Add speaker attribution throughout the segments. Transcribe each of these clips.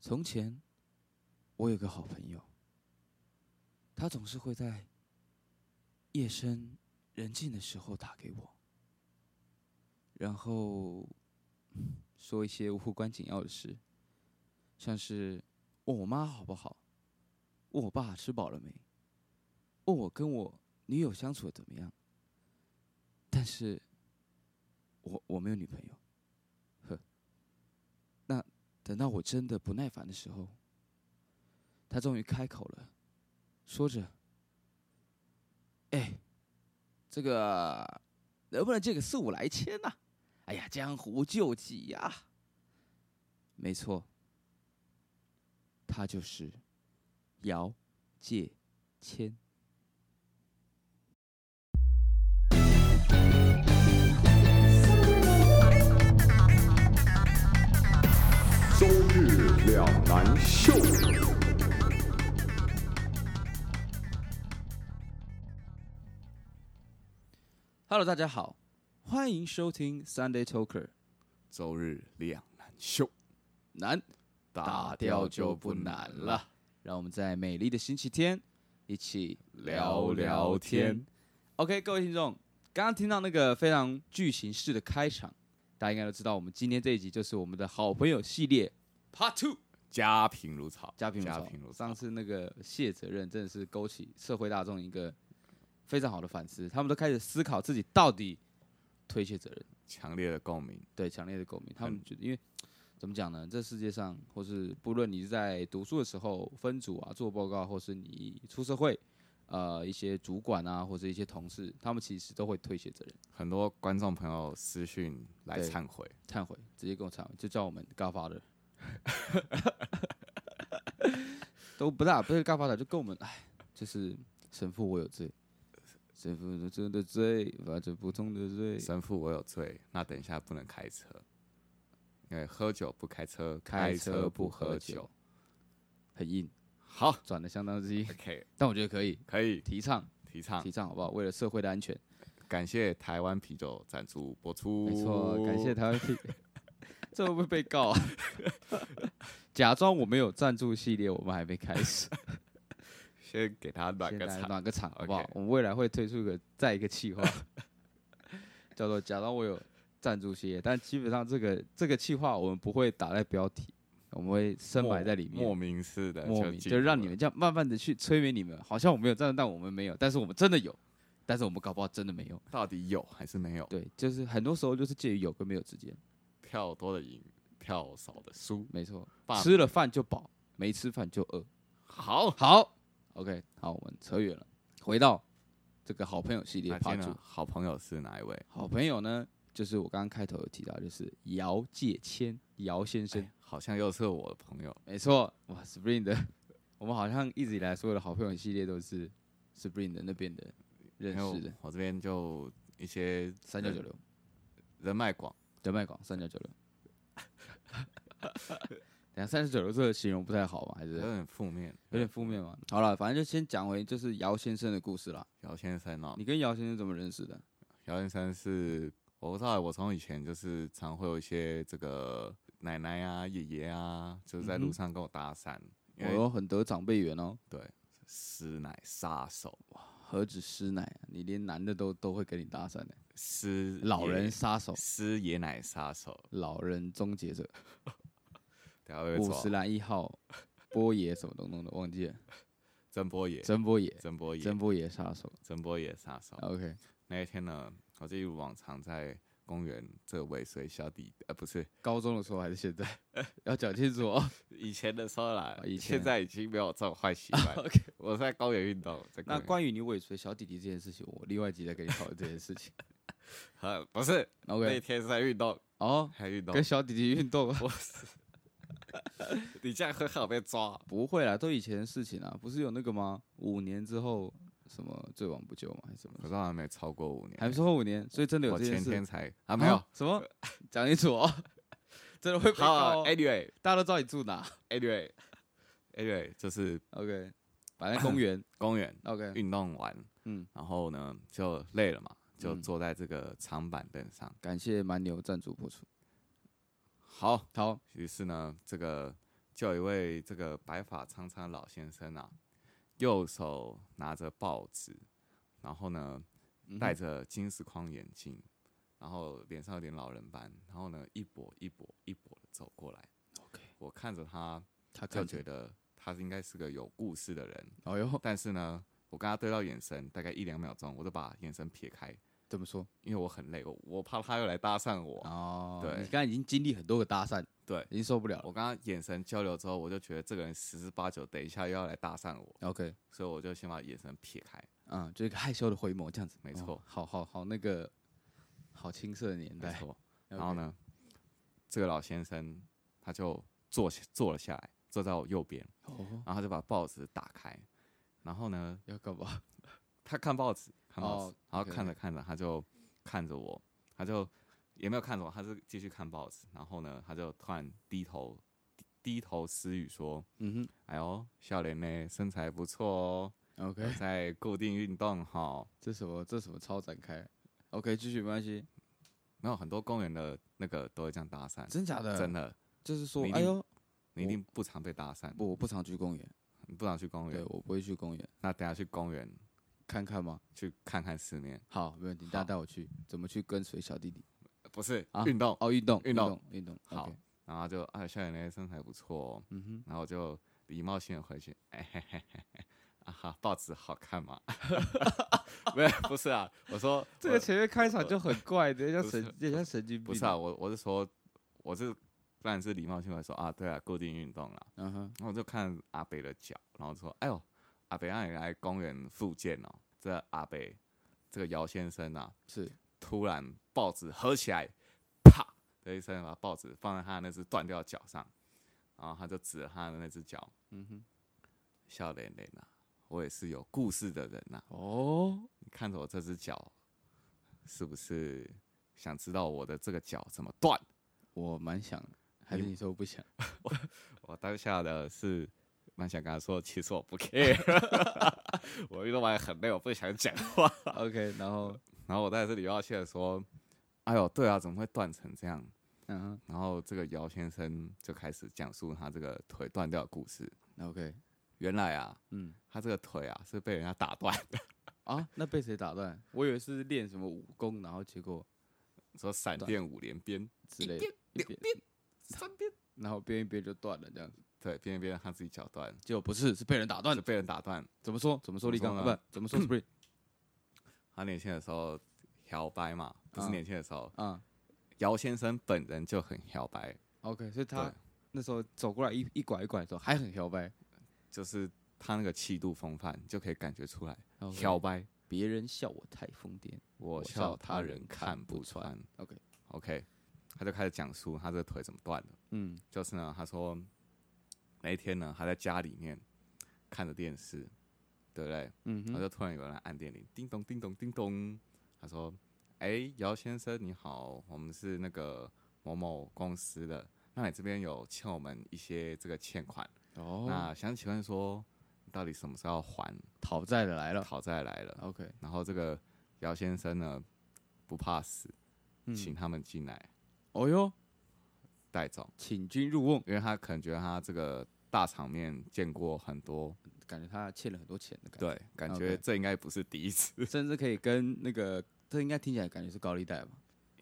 Speaker 1: 从前，我有个好朋友，他总是会在夜深人静的时候打给我，然后 嗯说一些无关紧要的事，像是问我妈好不好，问我爸吃饱了没，问我跟我女友相处的怎么样。但是，我我没有女朋友，呵。那等到我真的不耐烦的时候，他终于开口了，说着：“哎、这个能不能借个四五来千呐、哎呀，江湖救急呀、没错，他就是姚借千。
Speaker 2: 周日两难秀，
Speaker 1: Hello，大家好，欢迎收听 Sunday Talker
Speaker 2: 周日两难秀，
Speaker 1: 难。打掉就不难了。让我们在美丽的星期天一起
Speaker 2: 聊聊天。
Speaker 1: OK，各位听众，刚刚听到那个非常剧情式的开场，大家应该都知道，我们今天这一集就是我们的好朋友系列 Part Two。
Speaker 2: 家贫如草，
Speaker 1: 嘉平如
Speaker 2: 家
Speaker 1: 潮
Speaker 2: 贫如
Speaker 1: 上
Speaker 2: 草。
Speaker 1: 次那个谢责任真的是勾起社会大众一个非常好的反思，他们都开始思考自己到底推卸责任。
Speaker 2: 强烈的共鸣。
Speaker 1: 对强烈的共鸣。他
Speaker 2: 很
Speaker 1: 们觉得，因为怎么讲呢？这世界上，或是不论你是在读书的时候分组啊做报告，或是你出社会，呃，一些主管啊，或者一些同事，他们其实都会推卸责任、
Speaker 2: 很多观众朋友私讯来
Speaker 1: 对
Speaker 2: 忏悔，
Speaker 1: 忏悔，直接跟我忏悔，就叫我们 Godfather。都不大，不是 Godfather，就跟我们，哎，就是神父我有罪，神父有罪的罪，法着不痛的罪，
Speaker 2: 神父我有罪，那等一下不能开车，因为喝酒不开车，
Speaker 1: 开
Speaker 2: 车
Speaker 1: 车
Speaker 2: 不
Speaker 1: 不
Speaker 2: 喝
Speaker 1: 喝
Speaker 2: 酒
Speaker 1: 酒。很硬，
Speaker 2: 好
Speaker 1: 转的相当之硬，
Speaker 2: ，OK，
Speaker 1: 但我觉得可以
Speaker 2: 可以
Speaker 1: 提倡。
Speaker 2: 提倡
Speaker 1: 提。倡好不好？为了社会的安全，
Speaker 2: 感谢台湾啤酒赞助播出，
Speaker 1: 没错，感谢。台湾啤。哦 这会不会被告啊？ 假装我没有赞助系列，我们还没开始，
Speaker 2: 先给他暖
Speaker 1: 先
Speaker 2: 个
Speaker 1: 来
Speaker 2: 场。
Speaker 1: 暖个场好不好
Speaker 2: OK
Speaker 1: 我们未来会推出一个再一个企划， 叫做“假装我有赞助系列”，但基本上这个这个企划我们不会打在标题，我们会深埋在里面，
Speaker 2: 莫名似的
Speaker 1: 莫名就让你们这样慢慢的去催眠你们，好像我没有赞助，但我们没有，但是我们真的有，但是我们搞不好真的没有。
Speaker 2: 到底有还是没有？
Speaker 1: 对，就是很多时候就是介于有跟没有之间。
Speaker 2: 票多的赢，票少的输。
Speaker 1: 没错
Speaker 2: 爸，
Speaker 1: 吃了饭就饱，没吃饭就饿。
Speaker 2: 好，
Speaker 1: 好，OK，好，我们扯远了，回到这个好朋友系列
Speaker 2: 那
Speaker 1: Part
Speaker 2: 今天
Speaker 1: Two
Speaker 2: 的好朋友是哪一位？
Speaker 1: 好朋友呢，就是我刚刚开头有提到，就是姚介谦，姚先生，
Speaker 2: 哎好像又是我的朋友，
Speaker 1: 没错，哇，Spring 的，我们好像一直以来所有的好朋友系列都是 Spring 的那边的认
Speaker 2: 因为
Speaker 1: 识的，
Speaker 2: 我我这边就一些
Speaker 1: 三九九
Speaker 2: 人
Speaker 1: 六
Speaker 2: 人脉广，
Speaker 1: 人脉广，三九九六。 等一下三十九六这个形容不太好嘛，还是
Speaker 2: 有点负面。
Speaker 1: 有点负面嘛？好了，反正就先讲回就是姚先生的故事啦。
Speaker 2: 姚先生哦，
Speaker 1: 你跟姚先生怎么认识的？
Speaker 2: 姚先生是我不知道，我从以前就是常会有一些这个奶奶啊、爷爷啊，就是在
Speaker 1: 嗯
Speaker 2: 路
Speaker 1: 哼
Speaker 2: 上跟我搭讪，
Speaker 1: 我
Speaker 2: 因为
Speaker 1: 有很得长辈缘哦，
Speaker 2: 对师奶杀手、
Speaker 1: 何止师奶、啊，你连男的都都会跟你搭讪的、
Speaker 2: 师
Speaker 1: 老
Speaker 2: 爷
Speaker 1: 人杀手，
Speaker 2: 师爷奶杀手，
Speaker 1: 老人终结者，
Speaker 2: 等下会不会
Speaker 1: 五
Speaker 2: 错
Speaker 1: 十岚一 号，波爷什么东东的忘记了，
Speaker 2: 曾波爷，
Speaker 1: 真波爷，
Speaker 2: 曾波爷，
Speaker 1: 真波爷杀手。
Speaker 2: 曾波也杀手。
Speaker 1: OK，
Speaker 2: 那一天呢，我就一如往常在公园这尾随小弟，呃，不是
Speaker 1: 高中的时候还是现 在，要讲清楚哦。
Speaker 2: 以前的时候啦，
Speaker 1: 哦以前
Speaker 2: 现在已经没有这种坏习 惯。我在公园运动，在 公
Speaker 1: 那
Speaker 2: 园
Speaker 1: 关于你尾随小弟弟这件事情，我另外一集再跟你讨论这件事 情。
Speaker 2: 呃不是那
Speaker 1: OK，
Speaker 2: 天是在运动，
Speaker 1: 哦，
Speaker 2: 还运动
Speaker 1: 跟，小弟弟运动啊？
Speaker 2: 我是 你这样会好被抓。
Speaker 1: 不会啦，都以前的事情啊啦，不是有那个吗？五年之后什么醉王不救吗？还是什么
Speaker 2: 可？是好像没超过五年，
Speaker 1: 还说后五年，所以真的有
Speaker 2: 我
Speaker 1: 这件
Speaker 2: 前
Speaker 1: 事。哦
Speaker 2: 天才啊没有。
Speaker 1: 什么， 讲清楚哦， 真的会被告、
Speaker 2: 好啊哎
Speaker 1: 哦。
Speaker 2: ，anyway，anyway，anyway，
Speaker 1: 大家都知道你住哪。
Speaker 2: 就是
Speaker 1: OK，反正公 园。
Speaker 2: 公园
Speaker 1: OK，
Speaker 2: 运动完，
Speaker 1: 嗯，
Speaker 2: 然后呢就累了嘛，就
Speaker 1: 嗯
Speaker 2: 坐在这个长板凳上。
Speaker 1: 感谢蛮牛赞助播出。
Speaker 2: 好，
Speaker 1: 好，
Speaker 2: 于是呢，这个就有一位这个白发苍苍老先生啊，右手拿着报纸，然后呢
Speaker 1: 嗯哼
Speaker 2: 戴着金丝框眼镜，然后脸上有点老人斑，然后呢一跛一跛一跛的走过来。
Speaker 1: OK，
Speaker 2: 我看着他，
Speaker 1: 他
Speaker 2: 就
Speaker 1: 感
Speaker 2: 觉
Speaker 1: 觉，
Speaker 2: 得他应该是个有故事的人，
Speaker 1: 哎呦，
Speaker 2: 但是呢，我跟他对到眼神，大概一两秒钟，我就把眼神撇开，
Speaker 1: 怎么说？
Speaker 2: 因为我很累，我我怕他又来搭讪我。
Speaker 1: 哦，
Speaker 2: 对
Speaker 1: 你刚才已经经历很多个搭讪，
Speaker 2: 对
Speaker 1: 已经受不了了。
Speaker 2: 我跟他眼神交流之后，我就觉得这个人十之八九等一下又要来搭讪我，
Speaker 1: OK，
Speaker 2: 所以我就先把眼神撇开。
Speaker 1: 嗯，就是个害羞的回眸这样子，
Speaker 2: 没
Speaker 1: 哦
Speaker 2: 错
Speaker 1: 好好好，那个好青涩的年
Speaker 2: 没
Speaker 1: 代。
Speaker 2: 错。然后？呢，这个老先生他就坐下坐了下来，坐在我右边，
Speaker 1: 哦，
Speaker 2: 然后他就把报纸打开，然后呢，
Speaker 1: 要干嘛？
Speaker 2: 他看报纸，看报
Speaker 1: 哦
Speaker 2: 纸，然后
Speaker 1: OK，OK
Speaker 2: 看着看着，他就看着我，他就也没有看着我，他是继续看报纸。然后呢，他就突然低头低低头私语说
Speaker 1: 嗯：“
Speaker 2: 哎呦，笑脸呢，身材不错哦，
Speaker 1: 哼
Speaker 2: 有
Speaker 1: ，OK，
Speaker 2: 在固定运动哈。
Speaker 1: 哎这什么这什么超展开？OK，继续没关系，”
Speaker 2: 没有很多公园的那个都会这样搭讪，
Speaker 1: 真假的？
Speaker 2: 真
Speaker 1: 的，
Speaker 2: 的，
Speaker 1: 就是说
Speaker 2: 你，一
Speaker 1: 哎
Speaker 2: 定
Speaker 1: 呦，
Speaker 2: 你一
Speaker 1: 我
Speaker 2: 定不常被搭讪，
Speaker 1: 我不常去公园，
Speaker 2: 你不常去公
Speaker 1: 对
Speaker 2: 园。
Speaker 1: 我不会去公园
Speaker 2: 那等下去公园
Speaker 1: 看看吗？
Speaker 2: 去看看世面，
Speaker 1: 好，没问题，大家
Speaker 2: 好
Speaker 1: 带我去，怎么去跟随小弟弟？
Speaker 2: 呃不是
Speaker 1: 啊
Speaker 2: 运动。
Speaker 1: 哦，运动，
Speaker 2: 运
Speaker 1: 动，
Speaker 2: 动
Speaker 1: 运动。
Speaker 2: 好
Speaker 1: OK，
Speaker 2: 然后他就哎，笑脸呢，身材不错哦。
Speaker 1: 嗯哼，
Speaker 2: 然后我就礼貌性的回去， 哎嘿嘿嘿嘿，啊哈，报纸好看吗？ 没有，不是啊，我说
Speaker 1: 这
Speaker 2: 我
Speaker 1: 个前面开场就很怪的，像
Speaker 2: 不是
Speaker 1: 神，有点像神经病。
Speaker 2: 不是啊，，我我是说，我是当然是礼貌性的说啊，对啊，固定运动啦。
Speaker 1: 嗯哼，
Speaker 2: 然后我就看阿北的脚，然后说，哎呦，阿北让你来公园复健哦。这阿北，这个姚先生啊，
Speaker 1: 是
Speaker 2: 突然报纸合起来，啪的一声，把报纸放在他那只断掉的脚上，然后他就指着他的那只脚，
Speaker 1: 嗯哼，
Speaker 2: 笑脸脸呐，我也是有故事的人呐、
Speaker 1: 哦，
Speaker 2: 你看着我这只脚，是不是想知道我的这个脚怎么断？
Speaker 1: 我蛮想的，还是
Speaker 2: 你
Speaker 1: 你说不想？
Speaker 2: 我当下的是蛮想跟他说，其实我不 care，我运动完很累，我不想讲话。
Speaker 1: OK，然后，
Speaker 2: 然后我在这里又要谢说，哎呦，对啊，怎么会断成这样？
Speaker 1: 嗯
Speaker 2: 然后这个姚先生就开始讲述他这个腿断掉的故事。
Speaker 1: 哼，OK，
Speaker 2: 原来啊，
Speaker 1: 嗯，
Speaker 2: 他这个腿啊是被人家打断，
Speaker 1: 啊，那被谁打断？我以为是练什么武功，然后结果
Speaker 2: 说闪
Speaker 1: 断
Speaker 2: 电五连鞭，
Speaker 1: 之类的
Speaker 2: 边，
Speaker 1: 一
Speaker 2: 两
Speaker 1: 边
Speaker 2: 边三边，
Speaker 1: 然后边一边就断了，这样子。
Speaker 2: 对，边边他自己脚断，
Speaker 1: 结果不是，是被人打断
Speaker 2: 是
Speaker 1: 的。
Speaker 2: 被人打断。
Speaker 1: 怎么说？怎么说？立
Speaker 2: 怎么
Speaker 1: 刚
Speaker 2: 说
Speaker 1: 啊，
Speaker 2: 呢
Speaker 1: 不，怎么说？Spring
Speaker 2: 他年轻的时候摇摆嘛，不是
Speaker 1: 啊
Speaker 2: 年轻的时候，
Speaker 1: 啊
Speaker 2: 姚先生本人就很摇摆，
Speaker 1: ，OK，所以
Speaker 2: 对
Speaker 1: 他，那时候走过来一一拐一拐的时候，还很摇摆。
Speaker 2: 就是他那个气度风范就可以感觉出来，
Speaker 1: OK
Speaker 2: 摇摆。
Speaker 1: 别人笑我太疯癫。
Speaker 2: 我
Speaker 1: 笑
Speaker 2: 笑
Speaker 1: 他
Speaker 2: 他
Speaker 1: 人
Speaker 2: 人
Speaker 1: 看
Speaker 2: 看
Speaker 1: 不
Speaker 2: 不穿。
Speaker 1: OK
Speaker 2: OK，他就开始讲述他这个腿怎么断的。
Speaker 1: 嗯
Speaker 2: 就是呢，他说那一天呢，他在家里面看着电视，对不对？
Speaker 1: 嗯
Speaker 2: 然
Speaker 1: 哼，
Speaker 2: 后就突然有人来按电铃，叮咚叮咚叮咚。他说：“哎、姚先生你好，我们是那个某某公司的，那你这边有欠我们一些这个欠款，
Speaker 1: 哦，
Speaker 2: 那想请问说，你到底什么时候要还？
Speaker 1: 讨债的来了。
Speaker 2: 讨债来了。
Speaker 1: OK，
Speaker 2: 然后这个姚先生呢，不怕死，请
Speaker 1: 嗯，
Speaker 2: 他们进来
Speaker 1: 哦哟，
Speaker 2: 带走，
Speaker 1: 请君入瓮，
Speaker 2: 因为他可能觉得他这个大场面见过很多，
Speaker 1: 感觉他欠了很多钱的感觉。
Speaker 2: 对，感觉
Speaker 1: OK
Speaker 2: 这应该不是第一次，
Speaker 1: 甚至可以跟那个，这应该听起来感觉是高利贷吧？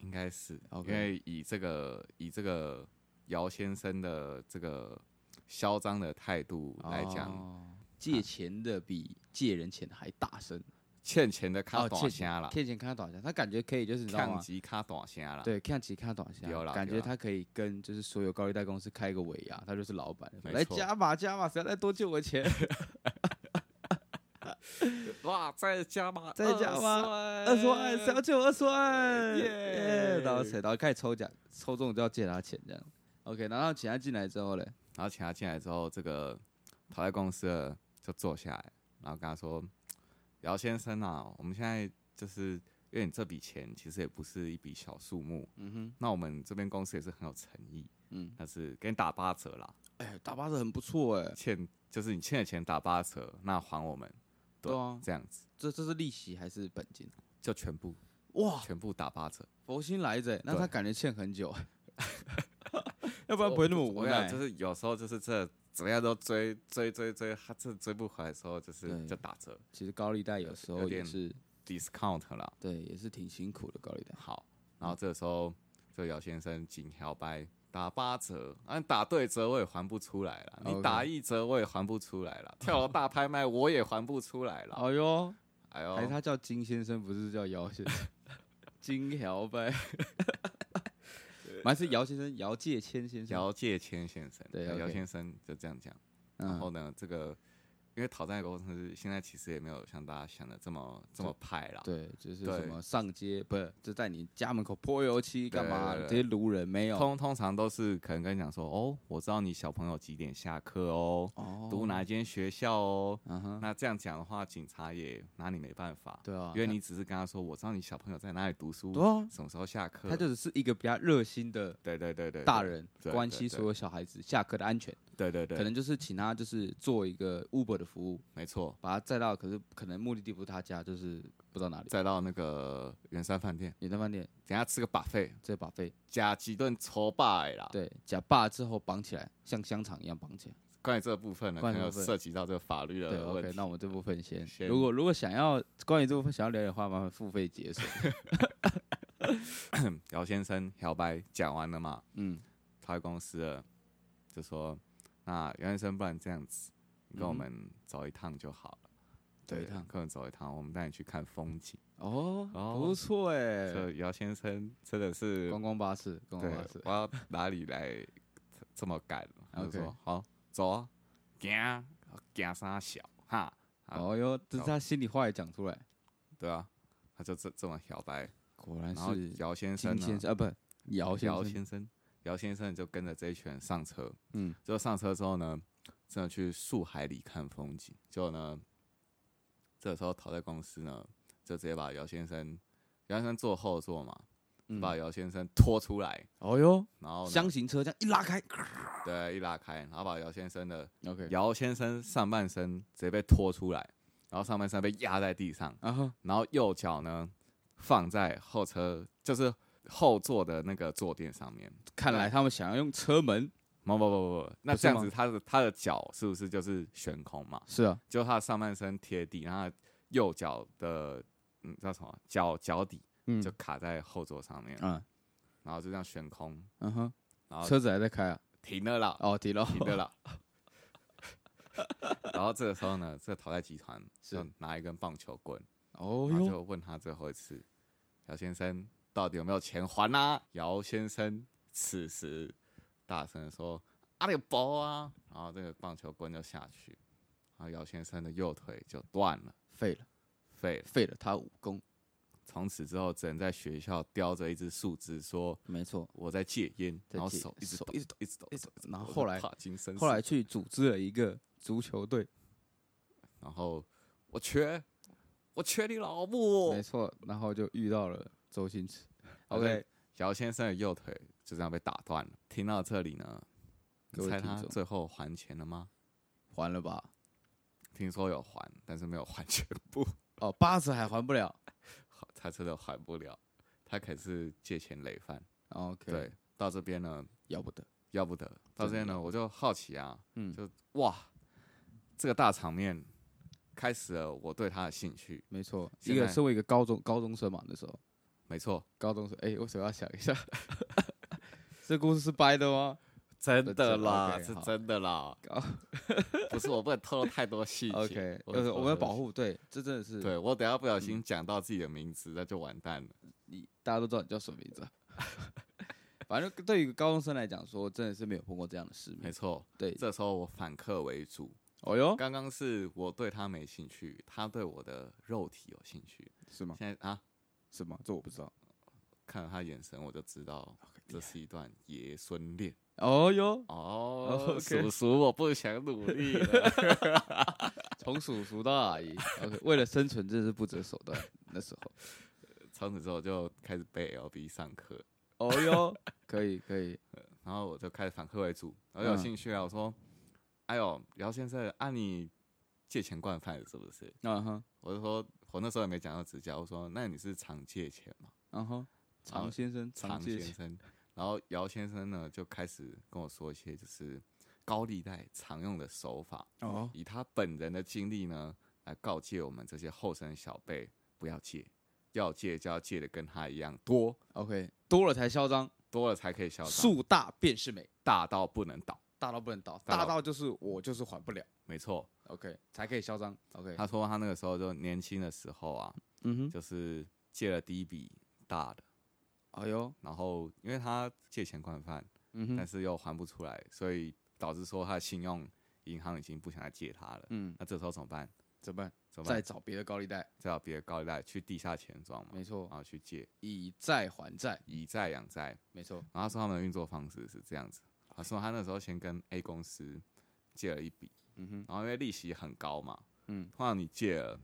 Speaker 2: 应该是
Speaker 1: OK
Speaker 2: 因为以这个以这个姚先生的这个嚣张的态度来讲，
Speaker 1: 哦，借钱的比借人钱的还大声，
Speaker 2: 欠钱的卡
Speaker 1: 哦
Speaker 2: 短
Speaker 1: 欠
Speaker 2: 虾啦，
Speaker 1: 欠钱看他短下，他感觉可以就是你知道
Speaker 2: 呛
Speaker 1: 吗？
Speaker 2: 级卡短虾啦，，
Speaker 1: 对，看起看短下
Speaker 2: 有，啦
Speaker 1: 感
Speaker 2: 有
Speaker 1: 觉
Speaker 2: 啦
Speaker 1: 他可以跟就是所有高利贷公司开一个尾牙，他就是老板，
Speaker 2: 没
Speaker 1: 来
Speaker 2: 错
Speaker 1: 加码加码，谁要再多借我 钱？
Speaker 2: 哇，再加码，
Speaker 1: 再加码
Speaker 2: 二
Speaker 1: 二十万，谁要借我二十万？
Speaker 2: 耶
Speaker 1: 耶！然后谁，然后开始抽奖，抽中就要借他钱这样。OK，然后请他进来之后嘞，
Speaker 2: 然后请他进来之后，这个讨债公司的就坐下来，然后跟他说：“姚先生啊，我们现在就是因为你这笔钱其实也不是一笔小数目，
Speaker 1: 嗯哼，
Speaker 2: 那我们这边公司也是很有诚意，
Speaker 1: 嗯，
Speaker 2: 但是给你打八折啦，
Speaker 1: 哎，打八折很不错哎，
Speaker 2: 欠就是你欠的钱打八折，那还我们，
Speaker 1: 对啊
Speaker 2: 这样子
Speaker 1: 这这是利息还是本金？啊
Speaker 2: 就全部
Speaker 1: 哇，
Speaker 2: 全部打八折。
Speaker 1: 佛心来着欸，那
Speaker 2: 对
Speaker 1: 他感觉欠很久，要不然不会那么无
Speaker 2: 我想
Speaker 1: 奈
Speaker 2: 就。是有时候就是这怎么样都追追追追，他这追不回来的时候，就是
Speaker 1: 对
Speaker 2: 就打折
Speaker 1: 其实高利贷有时
Speaker 2: 有
Speaker 1: 候也
Speaker 2: 点
Speaker 1: 是
Speaker 2: discount 啦。
Speaker 1: 对，也是挺辛苦的高利贷。
Speaker 2: 好，然后这个时候就姚先生紧摇摆打八折，啊，你打对折我也还不出来了，你
Speaker 1: OK
Speaker 2: 打一折我也还不出来 了，跳楼大拍卖我也还不出来了。
Speaker 1: 哎呦，
Speaker 2: 哎
Speaker 1: 还是
Speaker 2: 呦，
Speaker 1: 他叫金先生，不是叫姚先 生？金条呗，还是姚先生，姚介谦先生。
Speaker 2: 姚介谦先生，哎
Speaker 1: 对
Speaker 2: 姚
Speaker 1: OK
Speaker 2: 先生就这样讲。然后
Speaker 1: 嗯，
Speaker 2: 呢，这个因为讨债公司现在其实也没有像大家想的这么这么派啦，
Speaker 1: 对，就是
Speaker 2: 对
Speaker 1: 什么上街，不是就在你家门口泼油漆干嘛？
Speaker 2: 对对对
Speaker 1: 这些路人没有
Speaker 2: 通通常都是可能跟你讲说，哦，我知道你小朋友几点下课哦，
Speaker 1: 哦
Speaker 2: 读哪间学校哦。
Speaker 1: 嗯哼，
Speaker 2: 那这样讲的话，警察也拿你没办法，
Speaker 1: 对啊，
Speaker 2: 因为你只是跟他说，我知道你小朋友在哪里读书，
Speaker 1: 对啊，
Speaker 2: 什么时候下课，
Speaker 1: 他就只是一个比较热心的
Speaker 2: 对对对对，
Speaker 1: 大人，
Speaker 2: 对
Speaker 1: 关
Speaker 2: 对
Speaker 1: 心
Speaker 2: 对
Speaker 1: 所有小孩子下课的安全，
Speaker 2: 对，对对
Speaker 1: 可
Speaker 2: 对，
Speaker 1: 能就是请他就是做一个 Uber 的服务，
Speaker 2: 没错。
Speaker 1: 把他载到，可是可能目的地不是他家，就是不知道哪里。
Speaker 2: 再到那个圆山饭店，
Speaker 1: 你在饭店
Speaker 2: 等一下吃个把费，
Speaker 1: 这把费，
Speaker 2: 加几顿搓霸啦。
Speaker 1: 对，假霸之后绑起来，像香肠一样绑起来。
Speaker 2: 关于这部分呢，可
Speaker 1: 关于
Speaker 2: 能有
Speaker 1: 这部分
Speaker 2: 涉及到这个法律
Speaker 1: 对
Speaker 2: 的问
Speaker 1: ，OK，
Speaker 2: 题。
Speaker 1: 那我们这部分先。
Speaker 2: 先
Speaker 1: 如果如果想要关于这部分想要了解的话，麻烦付费解锁。
Speaker 2: 姚先生、小白讲完了嘛，
Speaker 1: 嗯，
Speaker 2: 他公司了，就说：“那姚先生，不然这样子，你跟我
Speaker 1: 嗯哼
Speaker 2: 们走一趟就好了。
Speaker 1: 走一
Speaker 2: 对
Speaker 1: 趟
Speaker 2: 跟我们走一趟，我们带你去看风景。
Speaker 1: 哦，
Speaker 2: 哦
Speaker 1: 不错
Speaker 2: 这
Speaker 1: 哎，
Speaker 2: 姚先生真的是，
Speaker 1: 观光巴士，观光
Speaker 2: 对
Speaker 1: 巴士，，
Speaker 2: 我要哪里来这么赶？他就
Speaker 1: OK
Speaker 2: 说：“好，走啊，行，行啥小哈？啊
Speaker 1: 哦哟，这是他心里话也讲出来，
Speaker 2: 对啊，他就这这么小白。
Speaker 1: 果然
Speaker 2: 然后
Speaker 1: 是
Speaker 2: 姚先生
Speaker 1: 金
Speaker 2: 呢
Speaker 1: 先，生啊，不，姚先
Speaker 2: 姚
Speaker 1: 生，
Speaker 2: 先生，姚先生就跟着这一群人上车。
Speaker 1: 嗯，
Speaker 2: 就上车之后呢，真的去树海里看风景。结果呢，这个时候讨债公司呢，就直接把姚先生，姚先生坐后座嘛，
Speaker 1: 嗯
Speaker 2: 把姚先生拖出来，
Speaker 1: 哦哟，
Speaker 2: 然后呢
Speaker 1: 箱型车这样一拉开
Speaker 2: 对一拉开，然后把姚先生的
Speaker 1: ，OK，
Speaker 2: 姚先生上半身直接被拖出来，然后上半身被压在地上，
Speaker 1: 然后
Speaker 2: 然后右脚呢放在后车，就是后座的那个坐垫上面。
Speaker 1: 看来他们想要用车门，
Speaker 2: 不不不不不，那
Speaker 1: 不是
Speaker 2: 这样
Speaker 1: 吗
Speaker 2: 子他的他的脚是不是就是悬空嘛？
Speaker 1: 是啊，
Speaker 2: 就他的上半身贴地，然后他右脚的嗯叫什么脚脚底
Speaker 1: 嗯
Speaker 2: 就卡在后座上面，
Speaker 1: 嗯
Speaker 2: 然后就这样悬空，
Speaker 1: 嗯哼，
Speaker 2: 然后
Speaker 1: 车子还在开啊，
Speaker 2: 停了啦，
Speaker 1: 哦，提了，
Speaker 2: 停了啦。 然后这个时候呢，这个讨债集团
Speaker 1: 是
Speaker 2: 就拿一根棒球棍，
Speaker 1: 哦
Speaker 2: 然后
Speaker 1: 哟，
Speaker 2: 就问他最后一次，姚先生到底有没有钱还啊？姚先生此时大声地说：“啊，你包啊！”然后这个棒球棍就下去，然后姚先生的右腿就断了，
Speaker 1: 废了，
Speaker 2: 废了。
Speaker 1: 废了他武功，
Speaker 2: 从此之后，只能在学校叼着一只树枝说
Speaker 1: 没错。
Speaker 2: 我在戒烟，
Speaker 1: 在
Speaker 2: 然后
Speaker 1: 戒
Speaker 2: 手一直
Speaker 1: 手
Speaker 2: 抖，
Speaker 1: 一
Speaker 2: 一
Speaker 1: 直
Speaker 2: 直抖，一直抖，一直抖。
Speaker 1: 然后
Speaker 2: 我
Speaker 1: 后
Speaker 2: 是
Speaker 1: 来
Speaker 2: 帕金森
Speaker 1: 后
Speaker 2: 氏
Speaker 1: 来去组织了一个足球队，
Speaker 2: 然后我缺，我缺你老母
Speaker 1: 没。错，然后就遇到了周星驰。
Speaker 2: 好
Speaker 1: OK，
Speaker 2: 姚先生的右腿就这样被打断了。听到这里呢，
Speaker 1: 各
Speaker 2: 你
Speaker 1: 位
Speaker 2: 猜
Speaker 1: 听
Speaker 2: 他
Speaker 1: 众
Speaker 2: 最后还钱了吗？
Speaker 1: 还了吧？
Speaker 2: 听说有还，但是没有还全部，
Speaker 1: 哦，八十还还不了。
Speaker 2: 他真的还不了，他可是借钱累犯。
Speaker 1: 哦 OK，
Speaker 2: 对，，到这边呢，
Speaker 1: 要不得。
Speaker 2: 要不得。到这边
Speaker 1: 真
Speaker 2: 呢，
Speaker 1: 的
Speaker 2: 我就好奇啊，
Speaker 1: 嗯，
Speaker 2: 就哇，这个大场面开始了我对他的兴趣。
Speaker 1: 没错，
Speaker 2: 现
Speaker 1: 一个
Speaker 2: 在
Speaker 1: 身为一个高中高中生嘛，那时候
Speaker 2: 没错，
Speaker 1: 高中生，哎、为什么要想一下？ 这故事是掰的吗？
Speaker 2: 真
Speaker 1: 的
Speaker 2: 的
Speaker 1: 啦
Speaker 2: 啦，是
Speaker 1: 好
Speaker 2: 真的啦。 不是，我不能透露太多细节。
Speaker 1: OK，
Speaker 2: 不能
Speaker 1: 呃，
Speaker 2: 透
Speaker 1: 我
Speaker 2: 露
Speaker 1: 们要
Speaker 2: 太多
Speaker 1: 保
Speaker 2: 细
Speaker 1: 护，对，这真的是，嗯
Speaker 2: 对我等下不小心讲到自己的名字，那就完蛋了。
Speaker 1: 你大家都知道你叫什么名字啊、 反正对于一个高中生来讲，说真的是没有碰过这样的世
Speaker 2: 没
Speaker 1: 面。
Speaker 2: 错，
Speaker 1: 嗯对，
Speaker 2: 这时候我反客为主。
Speaker 1: 哦哟，
Speaker 2: 刚刚是我对他没兴趣，他对我的肉体有兴趣。
Speaker 1: 是吗？
Speaker 2: 现在啊，
Speaker 1: 是吗？这我不知道。
Speaker 2: 看了他眼神，我就知道这是一段爷 孙恋。
Speaker 1: 哦哟，
Speaker 2: 哦，
Speaker 1: OK
Speaker 2: 叔叔，我不想努力了。
Speaker 1: 从叔叔到阿 姨，OK，为了生存真的是不择手 段。那时候，
Speaker 2: 从此之后就开始背 LB 上课，
Speaker 1: 哦哟，可以可以，
Speaker 2: 然后我就开始反客为主，我有
Speaker 1: 嗯
Speaker 2: 兴趣啊。我说，哎呦，姚先生，啊你借钱惯犯是不是？
Speaker 1: 嗯哼，
Speaker 2: 我就说，我那时候也没讲到指甲，我说那你是常借钱吗？
Speaker 1: 嗯哼，常先生，
Speaker 2: 常
Speaker 1: 借
Speaker 2: 先
Speaker 1: 钱，
Speaker 2: 生，然后姚先生呢就开始跟我说一些就是高利贷常用的手法，
Speaker 1: 哦，
Speaker 2: 以他本人的经历呢来告诫我们这些后生小辈不要借，要借就要借的跟他一样多，
Speaker 1: OK，多了才嚣张，
Speaker 2: 多了才可以嚣张，
Speaker 1: 树大便是美，
Speaker 2: 大到不能倒。
Speaker 1: 大到不能倒，
Speaker 2: 大
Speaker 1: 大
Speaker 2: 到
Speaker 1: 到就是我就是还不了
Speaker 2: 没错，
Speaker 1: ，OK，才可以嚣张，OK，
Speaker 2: 他说他那个时候就年轻的时候啊，
Speaker 1: 嗯哼，
Speaker 2: 就是借了第一笔大的，
Speaker 1: 哎呦，
Speaker 2: 然后因为他借钱惯犯，
Speaker 1: 嗯哼，
Speaker 2: 但是又还不出来，所以导致说他的信用银行已经不想再借他了。
Speaker 1: 嗯，
Speaker 2: 那这时候怎么办？
Speaker 1: 怎么办？
Speaker 2: 怎么
Speaker 1: 再
Speaker 2: 办？
Speaker 1: 找别的高利贷，
Speaker 2: 再找别的高利贷去地下钱庄嘛，
Speaker 1: 没错
Speaker 2: 然，后去借，
Speaker 1: 以债还债，
Speaker 2: 以债养债。
Speaker 1: 没错，
Speaker 2: 然后他说他们的运作方式是这样子，他说他那时候先跟 A 公司借了一笔，
Speaker 1: 嗯哼，
Speaker 2: 然后因为利息很高嘛，
Speaker 1: 嗯，
Speaker 2: 通常你借了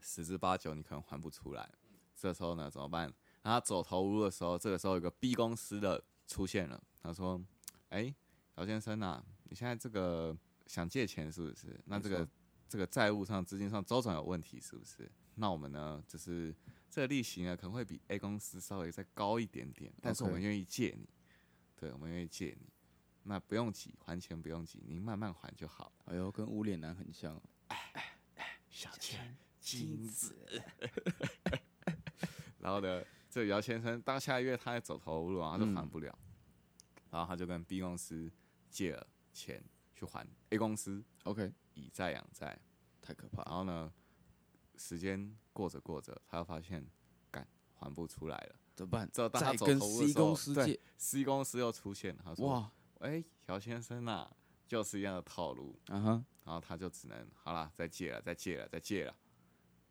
Speaker 2: 十之八九你可能还不出来，这时候呢怎么办？然后他走投无路的时候，这个时候有个 B 公司的出现了，他说：“哎、姚先生啊，你现在这个想借钱是不是？那这
Speaker 1: 没
Speaker 2: 个
Speaker 1: 错
Speaker 2: 这个债务上、资金上周转有问题是不是？那我们呢，就是这个利息呢可能会比 A 公司稍微再高一点点，但是我
Speaker 1: OK
Speaker 2: 们愿意借你，对，我们愿意借你，那不用急，还钱不用急，您慢慢还就好了。”
Speaker 1: 哎呦，跟无脸男很像哦，哎
Speaker 2: 小钱金子。然后呢，这姚先生当下因为他也走投无路啊，他就还不了，
Speaker 1: 嗯
Speaker 2: 然后他就跟 B 公司借了钱去还 A 公司
Speaker 1: ，OK，
Speaker 2: 以债养债。
Speaker 1: 太可怕
Speaker 2: 然
Speaker 1: 了，
Speaker 2: 后呢，时间过着过着，他又发现，干还不出来了。
Speaker 1: 怎么办？
Speaker 2: 这当他
Speaker 1: 再
Speaker 2: 走
Speaker 1: 跟
Speaker 2: 投无路的
Speaker 1: C
Speaker 2: 时候
Speaker 1: 公司
Speaker 2: 对
Speaker 1: 借，
Speaker 2: C 公司又出现了，他说：“
Speaker 1: 哇，
Speaker 2: 哎，姚先生啊，就是一样的套路。
Speaker 1: 啊哈，”
Speaker 2: 然后他就只能好啦，再借了，再借了，再借了。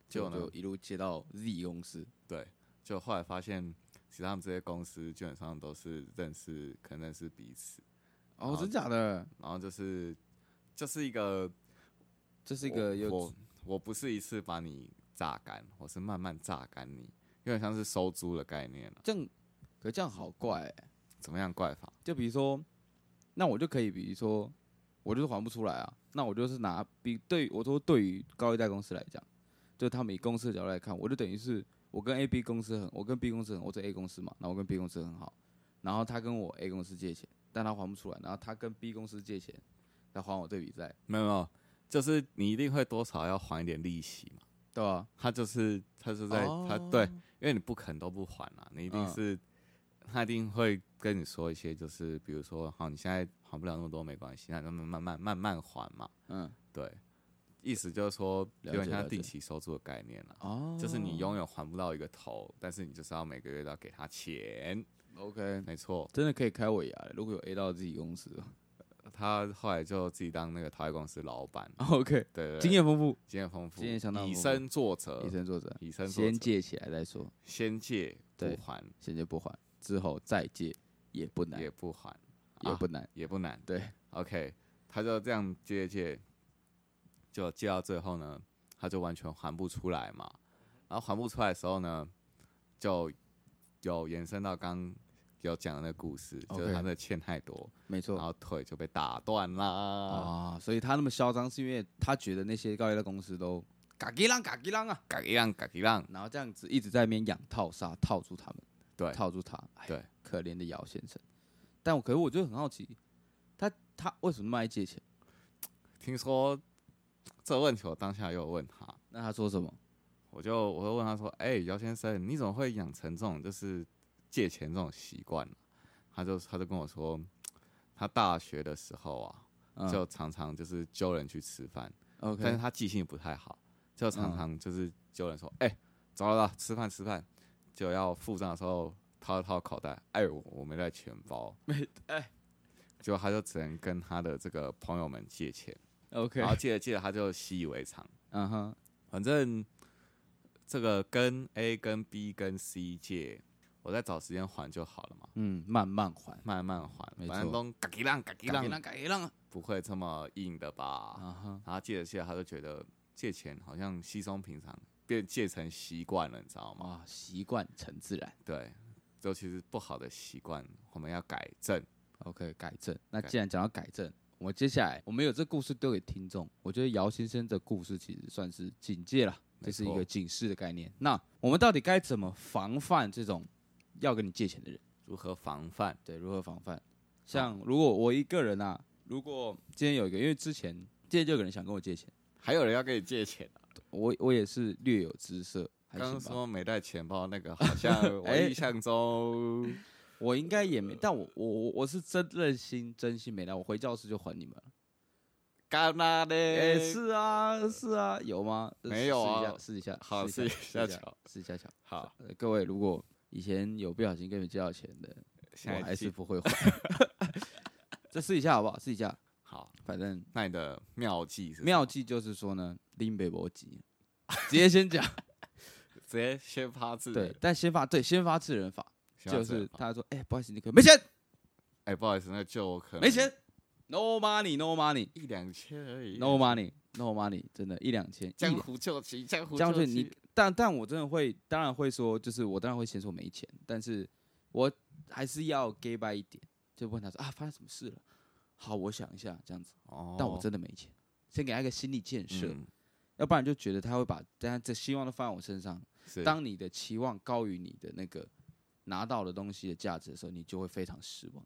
Speaker 2: 结
Speaker 1: 就
Speaker 2: 果呢
Speaker 1: 就一路借到 Z 公司，
Speaker 2: 对，就后来发现，其实他们这些公司基本上都是认识，可能认识彼此，
Speaker 1: 哦，
Speaker 2: 好
Speaker 1: 真假的？
Speaker 2: 然后就是就是一个
Speaker 1: 这是一个
Speaker 2: 我
Speaker 1: 有
Speaker 2: 我我不是一次把你榨干，我是慢慢榨干你，有点像是收租的概念了、
Speaker 1: 这样，可这样好怪欸、
Speaker 2: 怎么样怪法？
Speaker 1: 就比如说，那我就可以，比如说，我就是还不出来啊，那我就是拿比对我说，对于高利贷公司来讲，就他们以公司的角度来看，我就等于是我跟 A、B 公司很，我跟 B 公司很，我这 A 公司嘛，然后我跟 B 公司很好，然后他跟我 A 公司借钱，但他还不出来，然后他跟 B 公司借钱，来还我这笔债，
Speaker 2: 没有没有，就是你一定会多少要还一点利息嘛。
Speaker 1: 对吧、
Speaker 2: 他就是他是在、他
Speaker 1: 哦
Speaker 2: 对，因为你不肯都不还啊，你一定
Speaker 1: 嗯
Speaker 2: 是、他一定会跟你说一些，就是比如说，好，你现在还不了那么多没关系，那你慢慢慢慢慢慢还嘛。
Speaker 1: 嗯，
Speaker 2: 对，意思就是说有点
Speaker 1: 了解
Speaker 2: 像
Speaker 1: 了
Speaker 2: 定
Speaker 1: 解
Speaker 2: 期收租的概念啦，
Speaker 1: 哦
Speaker 2: 就是你永远还不到一个头，但是你就是要每个月都要给他钱。
Speaker 1: OK，
Speaker 2: 没错，
Speaker 1: 真的可以开尾牙了，如果有 A 到自己公司
Speaker 2: 他后来就自己当那个陶艺公司老板，
Speaker 1: ，OK，
Speaker 2: 对 对对
Speaker 1: 经验丰富，
Speaker 2: 经验丰富，
Speaker 1: 经验相当
Speaker 2: 以
Speaker 1: 丰富
Speaker 2: 身作则
Speaker 1: 以，身作则，
Speaker 2: 以身作
Speaker 1: 先
Speaker 2: 则，
Speaker 1: 借起来再说。
Speaker 2: 先借不
Speaker 1: 对
Speaker 2: 还
Speaker 1: 现在不还，之后再借也不难，啊
Speaker 2: 也
Speaker 1: 也
Speaker 2: 不还
Speaker 1: 不难。
Speaker 2: 也不难。
Speaker 1: 对，
Speaker 2: OK，他就这样借借，就借到最后呢，他就完全还不出来嘛。然后还不出来的时候呢，就有延伸到刚有讲的那个故事就是
Speaker 1: OK
Speaker 2: 他的欠太多，
Speaker 1: 没
Speaker 2: 然
Speaker 1: 错
Speaker 2: 后腿就被打断啦。
Speaker 1: 啊，所以他那么嚣张，是因为他觉得那些高利贷公司都嘎叽浪嘎叽浪啊，
Speaker 2: 嘎一浪嘎一浪，
Speaker 1: 然后这样子一直在那边养套杀，套住他们，
Speaker 2: 对
Speaker 1: 套住他，哎
Speaker 2: 对，
Speaker 1: 可怜的姚先生。但我可是我就很好奇，他他为什么那么爱借钱？
Speaker 2: 听说这个问题我当下又问他，
Speaker 1: 那他说什么？
Speaker 2: 我就我就问他说：“哎、姚先生，你怎么会养成这种就是借钱这种习惯呢、他就他就跟我说，他大学的时候啊，
Speaker 1: 嗯
Speaker 2: 就常常就是揪人去吃饭，但是
Speaker 1: OK，
Speaker 2: 他记性不太好，就常
Speaker 1: 嗯
Speaker 2: 常就是揪人说：‘哎、走了走了，吃饭吃饭。’就要付账的时候掏一掏口袋，哎、我我没带钱 包，没哎，就他就只能跟他的这个朋友们借钱，
Speaker 1: OK，
Speaker 2: 然后借着借着他就习以为常。”
Speaker 1: 嗯哼，
Speaker 2: 反正这个跟 A、跟 B、跟 C 借，我再找时间还就好了嘛，
Speaker 1: 嗯，慢慢还，
Speaker 2: 慢慢还，
Speaker 1: 没
Speaker 2: 反正
Speaker 1: 错
Speaker 2: 都嘎叽浪嘎叽浪，
Speaker 1: 嘎叽浪啊，
Speaker 2: 不会这么硬的吧？
Speaker 1: 啊哈，
Speaker 2: 然后借着借着，他就觉得借钱好像稀松平常，变借成习惯了，你知道吗？
Speaker 1: 哇，啊习惯成自然。
Speaker 2: 对，尤其是不好的习惯，我们要改正。
Speaker 1: OK，改正。那
Speaker 2: 改
Speaker 1: 既然讲到改正，我们接下来我们有这故事丢给听众。我觉得姚先生的故事其实算是警戒了，
Speaker 2: 没
Speaker 1: 这是一
Speaker 2: 错
Speaker 1: 个警示的概念。那我们到底该怎么防范这种要跟你借钱的人？
Speaker 2: 如何防范？
Speaker 1: 对，如何防范？像如果我一个人啊，如果今天有一个，因为之前今天就有个人想跟我借钱，
Speaker 2: 还有人要跟你借钱啊、
Speaker 1: 我我也是略有姿色，还
Speaker 2: 刚
Speaker 1: 行
Speaker 2: 刚
Speaker 1: 吧。
Speaker 2: 说没带钱包那个，好像我
Speaker 1: 哎
Speaker 2: 印象 中，
Speaker 1: 我应该也没，但我我我我是真任心真心没带，我回教室就还你们了。
Speaker 2: 干嘛呢？
Speaker 1: 哎、是啊是啊，有吗？呃
Speaker 2: 没有啊
Speaker 1: 试一下，
Speaker 2: 好
Speaker 1: 试一下，
Speaker 2: 试一下
Speaker 1: 试一
Speaker 2: 瞧，
Speaker 1: 试一下巧。
Speaker 2: 好，
Speaker 1: 呃各位如果以前有不小心跟你们借到钱的，
Speaker 2: 下
Speaker 1: 我还
Speaker 2: 一
Speaker 1: 是
Speaker 2: 期
Speaker 1: 不会还。 再试一下好不好？试一下，
Speaker 2: 好，
Speaker 1: 反正
Speaker 2: 那你的妙计是什么
Speaker 1: 妙，计就是说呢，拎北搏急，直接先讲
Speaker 2: 直接先发制
Speaker 1: 对
Speaker 2: 人，，
Speaker 1: 但先发对先发制人法，
Speaker 2: 先发
Speaker 1: 就
Speaker 2: 制人
Speaker 1: 是
Speaker 2: 吧
Speaker 1: 他说，哎、不好意思，你可以没钱，
Speaker 2: 哎、不好意思，那就我可能
Speaker 1: 没钱，no money，no money，no
Speaker 2: 一两千而已。
Speaker 1: money，no money，真的，一两千，一
Speaker 2: 江
Speaker 1: 两
Speaker 2: 湖救急，江湖
Speaker 1: 江
Speaker 2: 救
Speaker 1: 俊，
Speaker 2: 急
Speaker 1: 你。但但我真的会，当然会说，就是我当然会先说没钱，但是我还是要 gay by 一点，就问他说啊，发生什么事了？好，我想一下这样子，
Speaker 2: 哦
Speaker 1: 但我真的没钱，先给他一个心理建设，
Speaker 2: 嗯
Speaker 1: 要不然就觉得他会把他这希望都放在我身上。
Speaker 2: 是
Speaker 1: 当你的期望高于你的那个拿到的东西的价值的时候，你就会非常失望。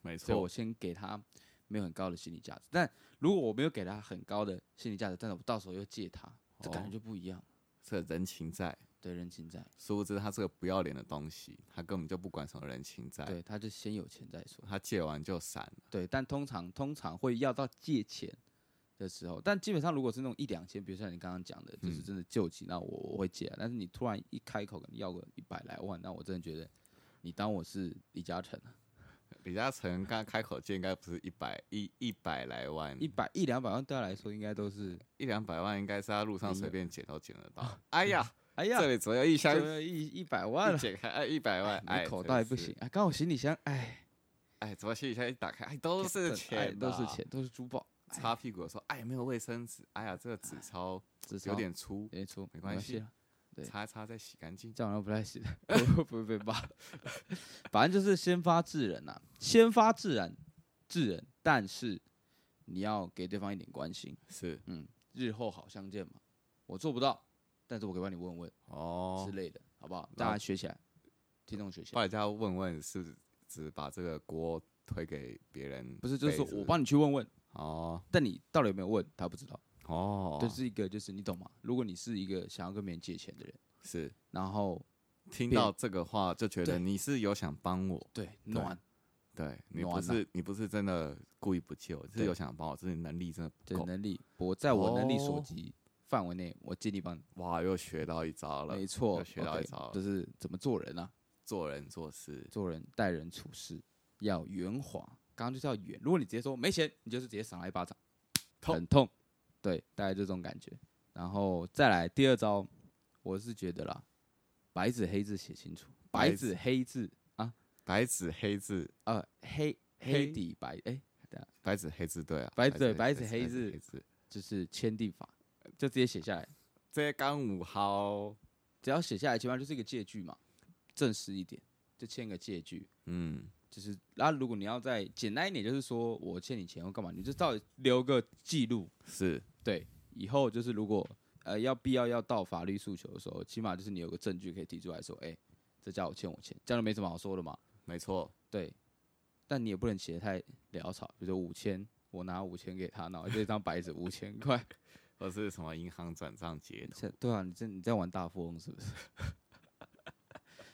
Speaker 2: 没
Speaker 1: 所以我
Speaker 2: 错，
Speaker 1: 先给他没有很高的心理价值，但如果我没有给他很高的心理价值，但是我到时候又借他，这感
Speaker 2: 哦
Speaker 1: 觉就不一样了。
Speaker 2: 这人情在，
Speaker 1: 对人情债。
Speaker 2: 殊不知他是个不要脸的东西，他根本就不管什么人情债，
Speaker 1: 对，他就先有钱再说。
Speaker 2: 他借完就散了。
Speaker 1: 对，但通常通常会要到借钱的时候，但基本上如果是那种一两千，比如像你刚刚讲的，就是
Speaker 2: 嗯
Speaker 1: 真的救急，那我我会借啊。但是你突然一开口跟你要个一百来万，那我真的觉得你当我是李嘉诚啊，
Speaker 2: 李嘉诚刚开口借应该不是一百一一百来万，
Speaker 1: 一
Speaker 2: 一
Speaker 1: 百一两百万对他来说应该都是，
Speaker 2: 一两百万应该是他路上
Speaker 1: 零
Speaker 2: 随
Speaker 1: 的
Speaker 2: 便捡都捡得到。哎呀，
Speaker 1: 哎呀，
Speaker 2: 这里只有 一箱，
Speaker 1: 就一一百万
Speaker 2: 一
Speaker 1: 了，
Speaker 2: 解开哎一百万，
Speaker 1: 哎
Speaker 2: 哎
Speaker 1: 你口袋不，
Speaker 2: 真
Speaker 1: 行
Speaker 2: 是
Speaker 1: 啊，刚好行李箱，哎，
Speaker 2: 哎，怎么行李箱一打开，哎都
Speaker 1: 真
Speaker 2: 是
Speaker 1: 的哎
Speaker 2: 钱，
Speaker 1: 都是钱，。都是珠宝，哎啊
Speaker 2: 擦屁股的时候，哎，没有卫生纸，哎呀，这个纸钞
Speaker 1: 至少
Speaker 2: 有点粗
Speaker 1: 有，点粗，没
Speaker 2: 没关系
Speaker 1: 了。对
Speaker 2: 擦一擦再洗干净。
Speaker 1: 这样好像不太行，会 不会被骂？ 反正就是先发制人呐、啊先发制人，制人，但是你要给对方一点关心，
Speaker 2: 是
Speaker 1: 日后好相见嘛。我做不到，但是我可以帮你问问
Speaker 2: 哦
Speaker 1: 之，类的，好不好？
Speaker 2: 然后
Speaker 1: 大家学起来，听众学起
Speaker 2: 帮
Speaker 1: 来，
Speaker 2: 人家问问是只把这个锅推给别人背，
Speaker 1: 不是就是说我
Speaker 2: 不
Speaker 1: 帮你去问问，
Speaker 2: 哦
Speaker 1: 但你到底有没有问，他不知道。
Speaker 2: 哦，
Speaker 1: 这、是一个就是你懂吗？如果你是一个想要跟别人借钱的人，
Speaker 2: 是
Speaker 1: 然后
Speaker 2: 听
Speaker 1: 别
Speaker 2: 到这个话就觉
Speaker 1: 对
Speaker 2: 得你是有想帮我，
Speaker 1: 对暖，
Speaker 2: 对你
Speaker 1: 暖
Speaker 2: 不
Speaker 1: 啊
Speaker 2: 是你不是真的故意不借我，是
Speaker 1: 对
Speaker 2: 有想帮我，只是你能力真的
Speaker 1: 对
Speaker 2: 不够。
Speaker 1: 能力，我在我能力所
Speaker 2: 哦
Speaker 1: 及范围内，我尽力帮你。
Speaker 2: 哇，又学到一招了
Speaker 1: 没，错
Speaker 2: 又学到一
Speaker 1: OK，
Speaker 2: 招了
Speaker 1: 就是怎么做人啊，
Speaker 2: 做人做事
Speaker 1: 做人待人处事要圆滑。刚刚就是要圆，如果你直接说没钱，你就是直接赏他一巴掌，
Speaker 2: 痛
Speaker 1: 很痛。对，大概就这种感觉。然后再来第二招，我是觉得啦，白纸黑字写清楚，
Speaker 2: 白
Speaker 1: 白
Speaker 2: 纸
Speaker 1: 纸黑字，
Speaker 2: 白纸黑字，
Speaker 1: 呃，黑
Speaker 2: 黑
Speaker 1: 黑底白，哎、
Speaker 2: 白纸黑字对啊，
Speaker 1: 白纸白纸
Speaker 2: 黑
Speaker 1: 黑
Speaker 2: 字
Speaker 1: 字
Speaker 2: 黑字，
Speaker 1: 就是签订法，就直接写下来。
Speaker 2: 这刚五号，
Speaker 1: 只要写下来，基本上就是一个借据嘛，正式一点，就签个借据。
Speaker 2: 嗯，
Speaker 1: 就是，那、如果你要再简单一点，就是说我欠你钱或干嘛，你就到底留个记录。
Speaker 2: 是
Speaker 1: 对，以后就是如果呃要必要要到法律诉求的时候，起码就是你有个证据可以提出来说，哎、这家伙欠我钱，这样就没什么好说的嘛。
Speaker 2: 没错，
Speaker 1: 对，但你也不能写得太潦草，比如说五千，我拿五千给他，然后就一张白纸五千块，
Speaker 2: 或是什么银行转账截图，
Speaker 1: 这对啊，你这你在玩大富翁是不是？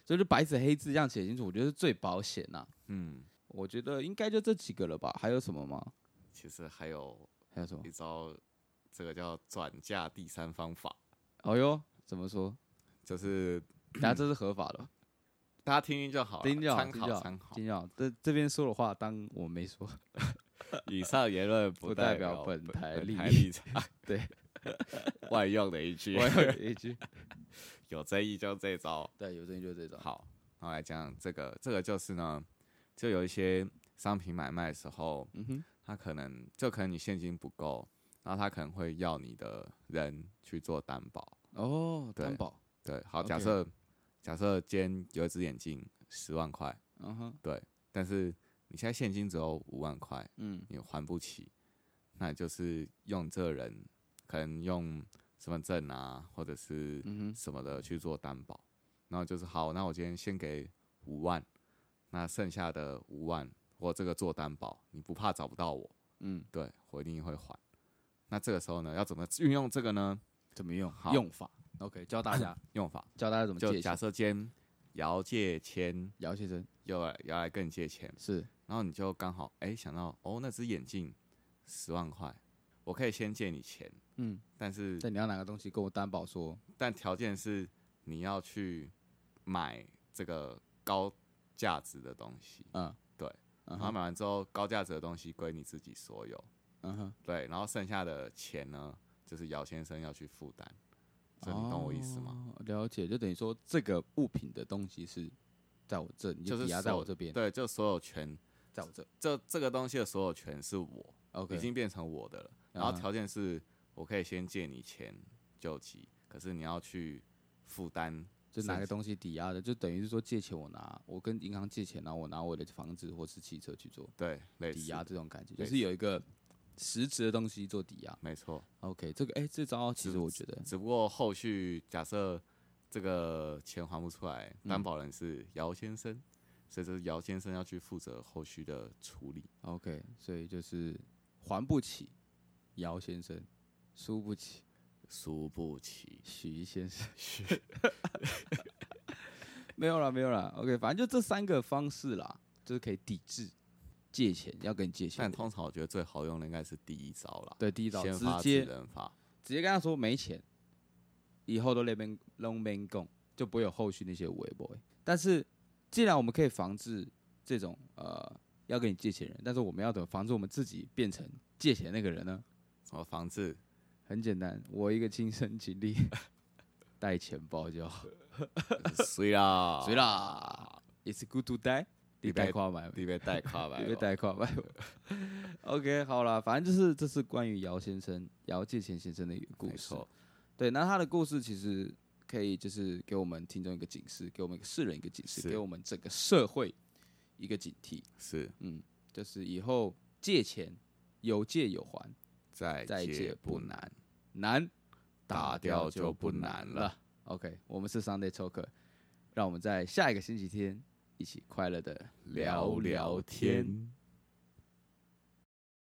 Speaker 1: 所以就白纸黑字这样写清楚，我觉得是最保险呐、
Speaker 2: 嗯，
Speaker 1: 我觉得应该就这几个了吧，还有什么吗？
Speaker 2: 其实还有
Speaker 1: 还有什么
Speaker 2: 一？招，这个叫转嫁第三方法，
Speaker 1: 哦哟，怎么说？
Speaker 2: 就是
Speaker 1: 大家这是合法的吧，
Speaker 2: 大家听听就好了，
Speaker 1: 听就好，
Speaker 2: 参
Speaker 1: 听就
Speaker 2: 考
Speaker 1: 好
Speaker 2: 参，考。
Speaker 1: 听就好。啊这这边说的话，当我没说。
Speaker 2: 以上言论
Speaker 1: 不代
Speaker 2: 代
Speaker 1: 表
Speaker 2: 表
Speaker 1: 本台立
Speaker 2: 立场，
Speaker 1: 对，
Speaker 2: 外用的一句
Speaker 1: 我，有一 句，
Speaker 2: 有争议就这招。
Speaker 1: 对，有争议就是这种。
Speaker 2: 好，然后来讲这个，这个就是呢，就有一些商品买卖的时候，
Speaker 1: 嗯哼，
Speaker 2: 他可能就可能你现金不够，然后他可能会要你的人去做担保。
Speaker 1: 哦，
Speaker 2: 对
Speaker 1: 担保，
Speaker 2: 对，好，假
Speaker 1: OK
Speaker 2: 设假设今天有一只眼镜十万块，
Speaker 1: 嗯哼，
Speaker 2: 但是你现在现金只有五万块，
Speaker 1: 嗯，
Speaker 2: 你还不起，那你就是用这个人可能用身份证啊，或者是
Speaker 1: 嗯哼，
Speaker 2: 什么的去做担保，然后就是好，那我今天先给五万，那剩下的五万，我这个做担保，你不怕找不到我？
Speaker 1: 嗯，
Speaker 2: 对我一定会还。那这个时候呢，要怎么运用这个呢？
Speaker 1: 怎么用？
Speaker 2: 好
Speaker 1: 用法？OK，教大 家
Speaker 2: 用法
Speaker 1: 教大家怎么
Speaker 2: 就
Speaker 1: 借
Speaker 2: 假
Speaker 1: 钱。
Speaker 2: 设今天姚借钱，
Speaker 1: 姚先生
Speaker 2: 要来要来跟你借钱，
Speaker 1: 是
Speaker 2: 然后你就刚好哎、想到哦，那只眼镜十万块，我可以先借你钱，
Speaker 1: 嗯，
Speaker 2: 但是
Speaker 1: 但你要拿个东西跟我担保说，
Speaker 2: 但条件是你要去买这个高价值的东西，
Speaker 1: 嗯，
Speaker 2: 对，
Speaker 1: 嗯
Speaker 2: 然后
Speaker 1: 哼，
Speaker 2: 买完之后高价值的东西归你自己所有，
Speaker 1: 嗯哼，
Speaker 2: 对，然后剩下的钱呢，就是姚先生要去负担，这你懂我意思吗？
Speaker 1: 哦？了解，就等于说这个物品的东西是在我这，你
Speaker 2: 就是
Speaker 1: 抵押
Speaker 2: 所
Speaker 1: 在
Speaker 2: 有
Speaker 1: 我这边，
Speaker 2: 对，就所有权，
Speaker 1: 在我这。
Speaker 2: 这这个东西的所有权是我
Speaker 1: OK，
Speaker 2: 已经变成我的了，然后
Speaker 1: 啊
Speaker 2: 条件是我可以先借你钱救急，可是你要去负担，
Speaker 1: 就拿
Speaker 2: 剩
Speaker 1: 个
Speaker 2: 下
Speaker 1: 东西抵押的，就等于是说借钱我拿，我跟银行借钱，然后我拿我的房子或是汽车去做
Speaker 2: 对，类
Speaker 1: 抵
Speaker 2: 似
Speaker 1: 押，这种感觉，就
Speaker 2: 类
Speaker 1: 是有一个实质的东西做抵押。
Speaker 2: 没错。
Speaker 1: OK，这个哎、这招其实我觉得
Speaker 2: 只不过后续假设这个钱还不出来，担
Speaker 1: 嗯
Speaker 2: 保人是姚先生，所以就是姚先生要去负责后续的处理。
Speaker 1: OK，所以就是还不起姚先生，输不起
Speaker 2: 输不 起，
Speaker 1: 许先生，没有啦，没有啦。OK，反正就这三个方式啦，就是可以抵制借钱，要跟你借钱
Speaker 2: 但
Speaker 1: 的。
Speaker 2: 通常我觉得最好用的应该是第一招啦，
Speaker 1: 对，第一招
Speaker 2: 先
Speaker 1: 直
Speaker 2: 发制
Speaker 1: 接
Speaker 2: 人法，
Speaker 1: 直接跟他说没钱，以后都那边弄边供，就不会有后续那些微博。但是既然我们可以防治这种呃要跟你借钱的人，但是我们要怎么防止我们自己变成借钱那个人呢？
Speaker 2: 什么防治，
Speaker 1: 很简单，我一个亲身经 历，带钱包就好。
Speaker 2: 谁呃啦？
Speaker 1: 谁？啦？It's good to die，你
Speaker 2: 你
Speaker 1: 贷
Speaker 2: 别
Speaker 1: 款买，
Speaker 2: 你被贷款吧？
Speaker 1: 你被贷款买。OK，好啦，反正就是这是关于姚先生、姚借钱先生的一个故
Speaker 2: 没
Speaker 1: 事。
Speaker 2: 错，
Speaker 1: 对，那他的故事其实可以就是给我们听众一个警示，给我们世人一个警示，
Speaker 2: 是
Speaker 1: 给我们整个社会一个警惕。
Speaker 2: 是
Speaker 1: 嗯，就是以后借钱有借有还，
Speaker 2: 再
Speaker 1: 再
Speaker 2: 借
Speaker 1: 借不
Speaker 2: 难。
Speaker 1: 难，难
Speaker 2: 打掉就
Speaker 1: 就
Speaker 2: 不
Speaker 1: 难
Speaker 2: 难了。
Speaker 1: OK，我们是 Sunday Talker，让我们在下一个星期天一起快乐的
Speaker 2: 聊聊天。